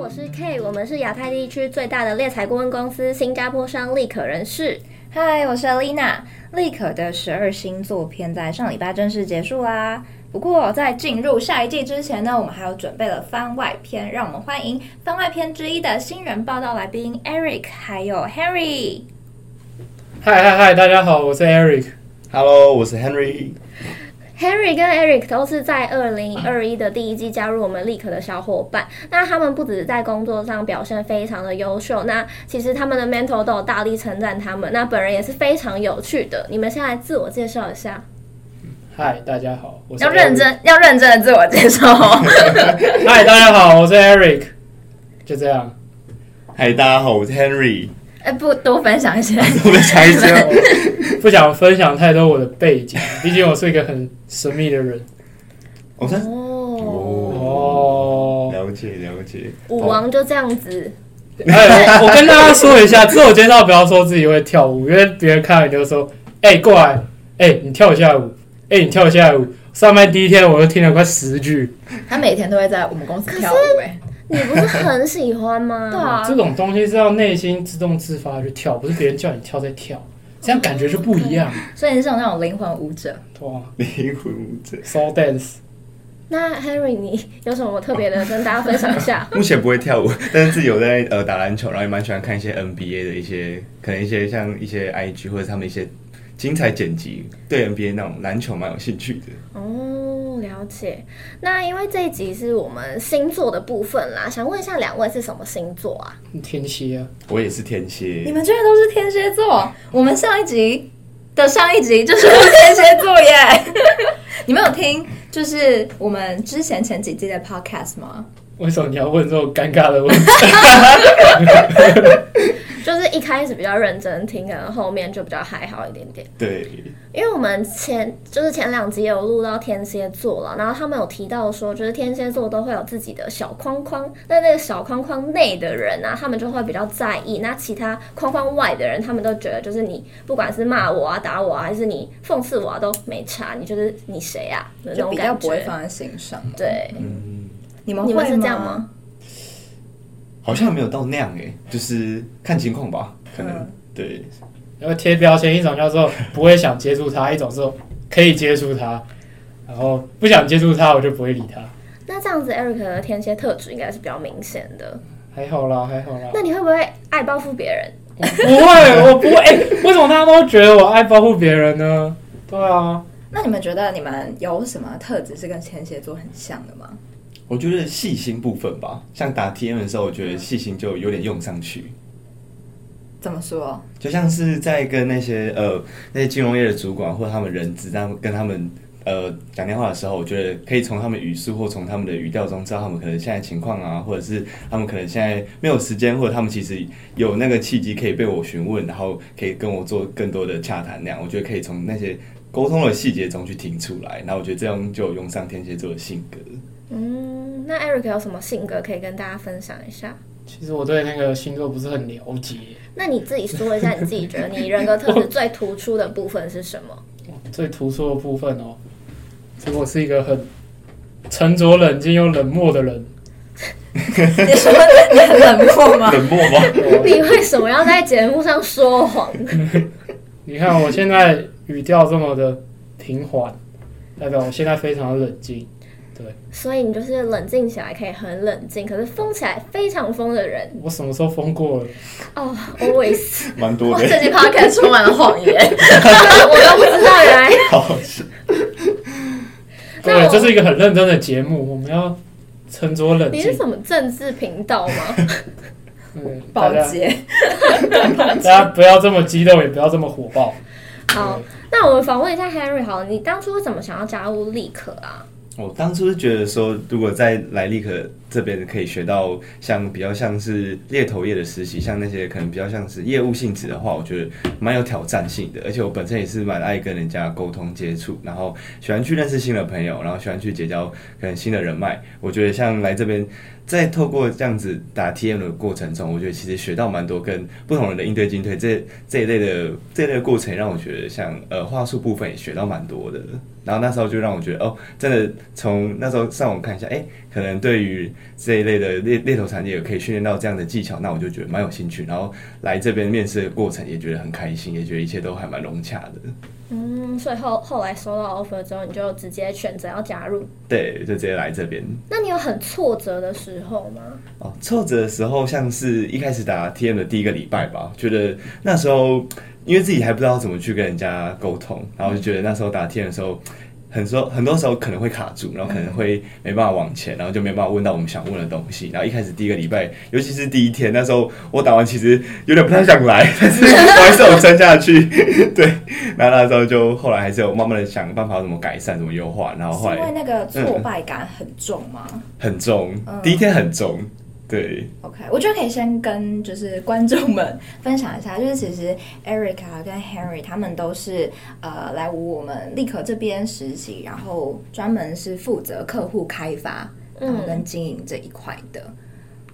我们是亚太地区最大的猎财顾问公司——新加坡商立可人士。嗨，我是 Lina。立可的十二星座篇在上礼拜正式结束啦。不过在进入下一季之前呢，我们还有准备了番外篇，让我们欢迎番外篇之一的新人报道来宾 Eric 还有 Harry。嗨嗨嗨，大家好，我是 Eric。 Hello，我是 Henry。 Harry 跟 Eric 都是在二零二一的第一季加入我们立可的小伙伴。那他们不止在工作上表现非常的优秀，那其实他们的 mentor 都有大力称赞他们。那本人也是非常有趣的。你们先来自我介绍一下。嗨，大家好，我是要认 Eric。真，要认真的自我介绍 哦。嗨，大家好，我是 Eric。就这样，嗨，大家好，我是 Henry。哎，不多分享一些。我们才 知道，不想分享太多我的背景，毕竟我是一个很神秘的人。我看哦，哦，了解了解。舞王就这样子。哎，我我跟大家说一下，自我介绍不要说自己会跳舞，因为别人看到你就说：“哎、过来，哎、你跳一下舞，哎、你跳一下舞。”上班第一天我就听了快十句，他每天都会在我们公司跳舞、哎，你不是很喜欢吗？ 对啊这种东西是要内心自动自发去跳，不是别人叫你跳再跳，这样感觉就不一样。所以你是那种灵魂舞者。哇灵魂舞者，so dance。那 Harry，你有什么特别的跟大家分享一下？目前不会跳舞，但是自己有在呃打篮球，然后也蛮喜欢看一些 NBA 的一些，可能一些像一些 IG 或者他们一些精彩剪辑，对 NBA 那种篮球蛮有兴趣的。哦，了解。那因为这一集是我们星座的部分啦，想问一下两位是什么星座啊？天蝎啊，我也是天蝎，你们居然都是天蝎座？我们上一集的上一集就是天蝎座耶！ 你们有听就是我们之前前几季的 podcast 吗？为什么你要问这种尴尬的问题？就是一开始比较认真听，可能后面就比较还好一点点。对，因为我们前就是前两集有录到天蝎座了，然后他们有提到说，就是天蝎座都会有自己的小框框，那那个小框框内的人啊，他们就会比较在意；那其他框框外的人，他们都觉得就是你不管是骂我啊、打我啊，还是你讽刺我啊，都没差，你就是你谁啊的那就种比较感不会觉。放在心上。对，嗯，你们你们会是这样吗？好像没有到那样诶、就是看情况吧，可能、嗯对。然后贴标签，一种叫做不会想接触他，一种是可以接触他，然后不想接触他，我就不会理他。那这样子，Eric 的天蝎特质应该是比较明显的。还好啦，还好啦，那你会不会爱报复别人？我不会，我不会。哎、为什么大家都觉得我哎爱保护别人呢？对啊，那你们觉得你们有什么特质是跟天蝎座很像的吗？我觉得细心部分吧，像打 TM 的时候，我觉得细心就有点用上去。怎么说？就像是在跟那些呃那些金融业的主管或者他们人资，他们跟他们呃讲电话的时候，我觉得可以从他们语速或从他们的语调中知道他们可能现在情况啊，或者是他们可能现在没有时间，或者他们其实有那个契机可以被我询问，然后可以跟我做更多的洽谈那样。我觉得可以从那些沟通的细节中去听出来，然后我觉得这样就有用上天蝎座的性格。嗯，那 Eric 有什么性格可以跟大家分享一下？其实我对那个星座不是很了解，那你自己说一下，你自己觉得你人格特质最突出的部分是什么？最突出的部分哦，其实我是一个很沉着冷静又冷漠的人。你说你很冷 漠 吗？冷漠吗？ 你为什么要在节目上说谎？你看我现在语调这么的平缓，代表我现在非常的冷静。所以你就是冷静起来可以很冷静，可是疯起来非常疯的人我什么时候疯过了？哦、a l w a y s 蛮多哇，的，这集 podcast 充满了谎 言。我都不知道原来好是那对我，这是一个很认真的节目，我们要沉着冷你是静。什么政治频道吗？嗯，大保家洁，大家不要这么激动，也不要这么火爆。嗯好，那我们访问一下 Henry 好了，你当初怎么想要加入立可啊？我当初是觉得说，如果在莱利可这边可以学到像比较像是猎头业的实习，像那些可能比较像是业务性质的话，我觉得蛮有挑战性的。而且我本身也是蛮爱跟人家沟通接触，然后喜欢去认识新的朋友，然后喜欢去结交可能新的人脉。我觉得像来这边，在透过这样子打 TM 的过程中，我觉得其实学到蛮多跟不同人的应对进退这这一类的这一类的过程，让我觉得像呃话术部分也学到蛮多的。然后那时候就让我觉得哦，真的从那时候上网看一下，哎、可能对于这一类的猎猎头产业可以训练到这样的技巧，那我就觉得蛮有兴趣。然后来这边面试的过程也觉得很开心，也觉得一切都还蛮融洽的。嗯，所以后后来收到 offer 之后，你就直接选择要加入。对，就直接来这边。那你有很挫折的时候吗？哦，挫折的时候，像是一开始打 TM 的第一个礼拜吧，觉得那时候因为自己还不知道怎么去跟人家沟通，然后就觉得那时候打 TM 的时候，很多很多时候可能会卡住，然后可能会没办法往前，然后就没办法问到我们想问的东西。然后一开始第一个礼拜，尤其是第一天，那时候我打完其实有点不太想来， 但是我还是有撑下去。 对，然后那时候就后来还是有慢慢的想办法怎么改善、怎么优化，然后后是因来为那个挫败感很重吗、很重嗯，第一天很重，对。 o k 我觉得可以先跟就是观众们分享一下， 就是其实 Erica 跟 Henry 他们都是呃来我们立可这边实习，然后专门是负责客户开发，嗯然后跟经营这一块的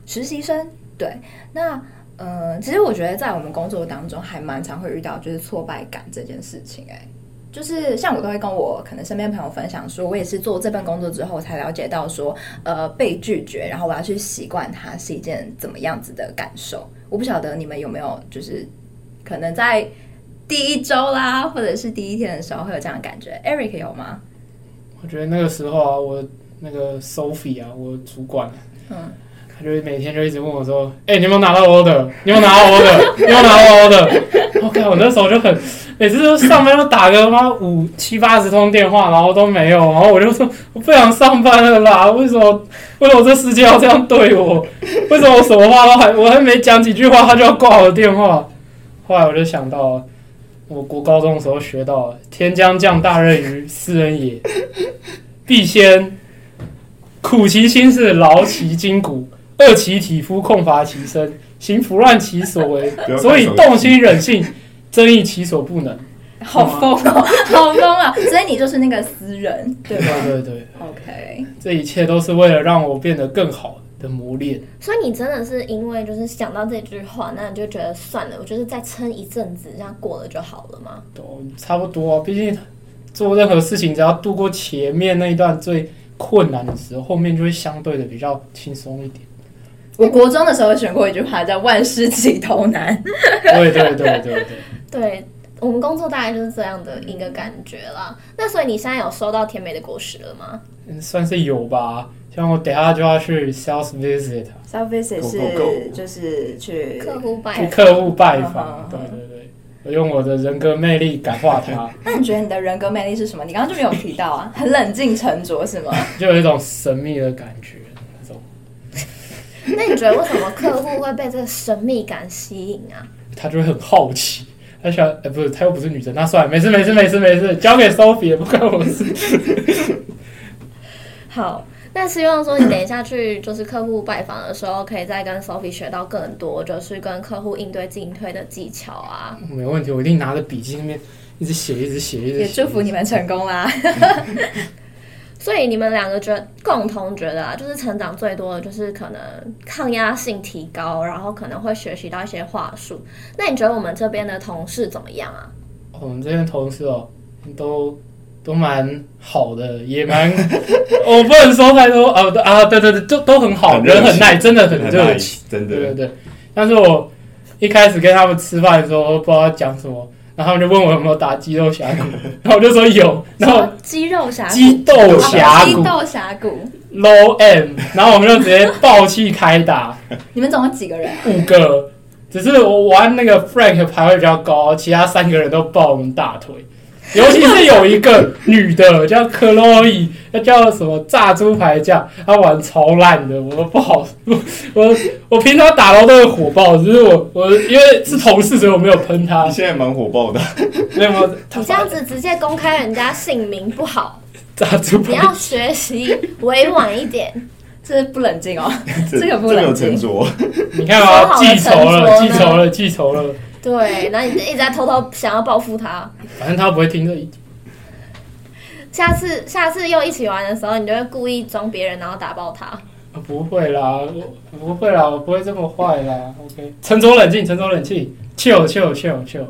实习生。对，那呃，其实我觉得在我们工作当中还蛮常会遇到就是挫败感这件事情、哎。就是像我都会跟我可能身边朋友分享说，我也是做这份工作之后才了解到说，呃，被拒绝，然后我要去习惯它是一件怎么样子的感受。我不晓得你们有没有，就是可能在第一周啦，或者是第一天的时候会有这样的感觉。Eric 有吗？我觉得那个时候啊，我那个 Sophie 啊，我主管，嗯，他就是每天就一直问我说：“哎、你有没有拿到 order？你有没有拿到 order？你有没有拿到 order？” 我靠，我那时候就很，每次都上班都打个妈五七八十通电话，然后都没有，然后我就说我不想上班了啦，为什么？为什么这世界要这样对我？为什么我什么话都还我还没讲几句话，他就要挂我的电话？后来我就想到了，我国高中的时候学到了“天将降大任于斯人也，必先苦其心志，劳其筋骨，饿其体肤，空乏其身，行拂乱其所为 不要看手机”，所以动心忍性，增益其所不能。好疯哦，好疯啊！所以你就是那个私人，对对吧对对， ？OK，这一切都是为了让我变得更好的磨练。所以你真的是因为就是想到这句话，那你就觉得算了，我就是再撑一阵子，这样过了就好了吗？都差不多、毕竟做任何事情，只要度过前面那一段最困难的时候，后面就会相对的比较轻松一点。我国中的时候选过一句话叫“万事起头难”，对对对对对，对。我们工作大概就是这样的一个感觉啦。那所以你现在有收到甜美的果实了吗？嗯算是有吧。像我等一下就要去 sales visit， Service Go, 是 go, go 就是去客户拜去访客户拜嗯访。嗯对嗯对对，我用我的人格魅力感化他，那你觉得你的人格魅力是什么？你刚刚就没有提到啊，很冷静沉着是吗？就有一种神秘的感觉。那种那你觉得为什么客户会被这个神秘感吸引啊？他就会很好奇，他想，哎、不是，他又不是女生，那算了，没事没事没事没事，交给 Sophie 也不关我事。好，那希望说你等一下去就是客户拜访的时候，可以再跟 Sophie 学到更多，就是跟客户应对进退的技巧啊。没问题，我一定拿着笔记那边一直写，一直写，一直写。也祝福你们成功啊啦！所以你们两个觉得共同觉得啊，就是成长最多的就是可能抗压性提高，然后可能会学习到一些话术。那你觉得我们这边的同事怎么样啊？我们这边同事哦，都都蛮好的，也蛮，我不能说太多啊对啊，对对对，都都很好，很热人情很 nice，真的很热情， nice，真对对的。对。但是我一开始跟他们吃饭的时候，不知道讲什么，然后他们就问我有没有打肌肉峡谷，然后我就说有，然什后么肌肉峡谷，肌豆峡哦谷肌豆峡谷， low M，然后我们就直接爆气开打你们总共几个人啊？五个。只是我玩那个 Frank 排位比较高，其他三个人都抱我们大腿，尤其是有一个女的叫 Chloe，她叫什么炸猪排架，她玩超烂的，我都不好， 我我我平常打到都会火爆，只是我我因为是同事，所以我没有喷她你，现在蛮火爆 的，没有她你这样子直接公开人家姓名不好，炸猪你排要学习委婉一点。 这不冷静哦，这个不这没有冷沉静。着。你看说吧，好记的仇了，沉着记呢仇了，记仇了，对，然后你就一直在偷偷想要报复他。反正他不会听这一集，下次下次又一起玩的时候，你就会故意装别人，然后打爆他。不会啦，我不会啦，我不会这么坏啦，OK，沉着冷静，沉着冷静，chill chill chill chill。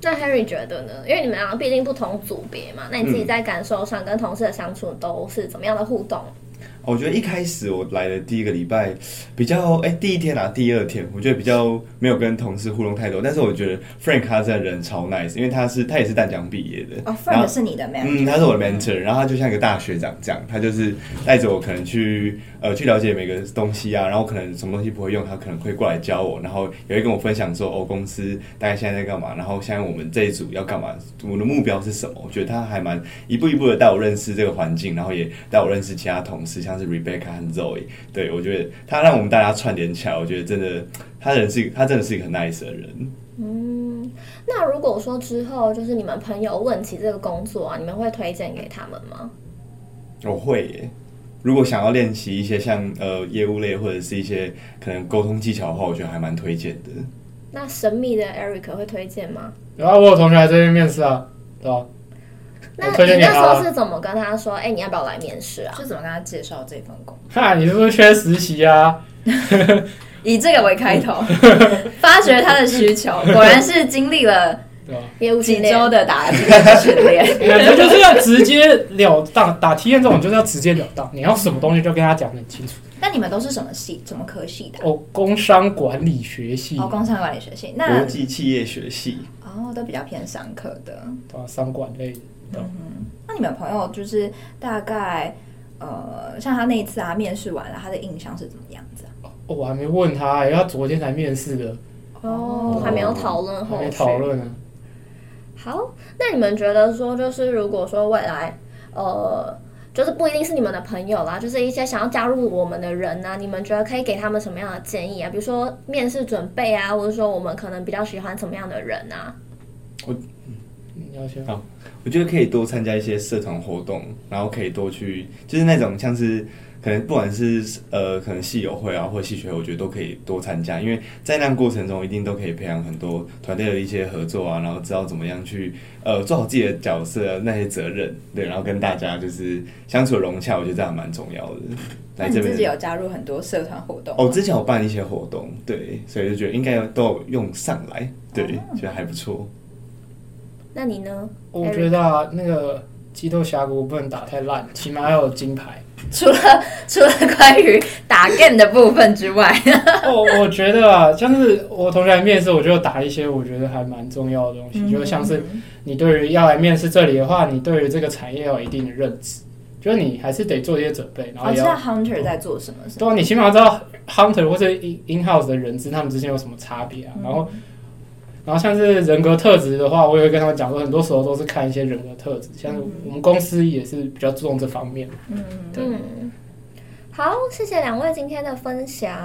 那 Harry 觉得呢？因为你们两个毕竟不同组别嘛，那你自嗯己在感受上跟同事的相处都是怎么样的互动？我觉得一开始我来的第一个礼拜比较，哎、第一天啊，第二天，我觉得比较没有跟同事互动太多。但是我觉得 Frank 他真的人超 nice，因为他是他也是淡江毕业的，哦然后，Frank 是你的 man，嗯，他是我的 mentor，然后他就像一个大学长这样，他就是带着我可能去呃去了解每个东西啊，然后可能什么东西不会用，他可能会过来教我，然后也会跟我分享说哦公司大概现在在干嘛，然后现在我们这一组要干嘛，我的目标是什么？我觉得他还蛮一步一步的带我认识这个环境，然后也带我认识其他同事，像是 Rebecca 和 Zoe，对我觉得他让我们大家串联起来，我觉得真的他人是一个他真的是一个很 nice 的人。那如果说之后就是你们朋友问起这个工作啊，你们会推荐给他们吗？我会耶。如果想要练习一些像呃业务类或者是一些可能沟通技巧的话，我觉得还蛮推荐的。那神秘的 Eric 会推荐吗？然后我有同学来这边面试啊，对吧？那我推荐你给那他时候啊。是怎么跟他说？哎、你要不要来面试啊？就怎么跟他介绍这份工？哈，你是不是缺实习啊？以这个为开头，发掘他的需求，果然是经历了对吧？业务几训练周的打这个训练。这就是要直截了当，打体验这种就是要直截了当，你要什么东西就跟他讲得很清楚。那你们都是什么系？什么科系的？啊哦，工商管理学嗯系，哦，工商管理学系。那国际企业学系，哦，都比较偏商科的。对吧？商管类的，那你们朋友就是大概呃，像他那一次啊，面试完了，他的印象是怎么样子啊？哦我还没问他，因为他昨天才面试的，哦，还没有讨论还后没续讨论呢。好，那你们觉得说，就是如果说未来，呃，就是不一定是你们的朋友啦，就是一些想要加入我们的人呢、啊你们觉得可以给他们什么样的建议啊？比如说面试准备啊，或者说我们可能比较喜欢什么样的人啊？你要先哦我觉得可以多参加一些社团活动，然后可以多去，就是那种像是可能不管是呃可能系友会啊或者系学会，我觉得都可以多参加，因为在那样过程中一定都可以培养很多团队的一些合作啊，然后知道怎么样去呃做好自己的角色那些责任，对，然后跟大家就是相处融洽，我觉得这还蛮重要的。那来你这自边己有加入很多社团活动吗哦，之前有办一些活动，对，所以就觉得应该都有用上来，对，哦觉得还不错。那你呢？我觉得啊，那个激斗峡谷不能打太烂，起码要有金牌。除了除了关于打 game 的部分之外，哦， 我觉得啊，像是我同学来面试，我就打一些我觉得还蛮重要的东西，就像是你对于要来面试这里的话，你对于这个产业要有一定的认知，就是你还是得做一些准备，然哦我后也知要道 Hunter 哦在做什么事。对啊，你起码要知道 hunter 或者 in in house 的人资他们之间有什么差别啊。然后，然后像是人格特质的话，我也会跟他们讲说，很多时候都是看一些人格特质，像是我们公司也是比较注重这方面。对嗯，好，谢谢两位今天的分享。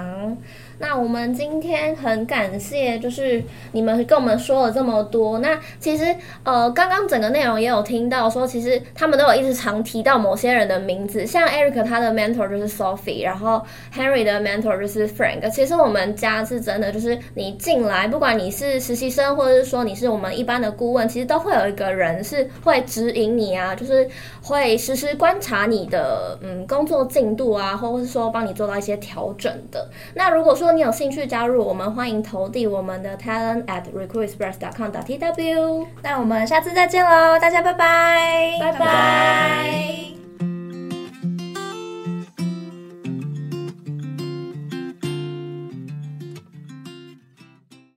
那我们今天很感谢，就是你们跟我们说了这么多。那其实呃，刚刚整个内容也有听到说，其实他们都有一直常提到某些人的名字，像 Eric 他的 mentor 就是 Sophie，然后 Henry 的 mentor 就是 Frank。其实我们家是真的，就是你进来，不管你是实习生，或者是说你是我们一般的顾问，其实都会有一个人是会指引你啊，就是会实时观察你的嗯工作进度啊，或者是说帮你做到一些调整的。那如果说你有兴趣加入我们，欢迎投递我们的 talent at recruitexpress.com tw。那我们下次再见喽，大家拜拜，拜拜拜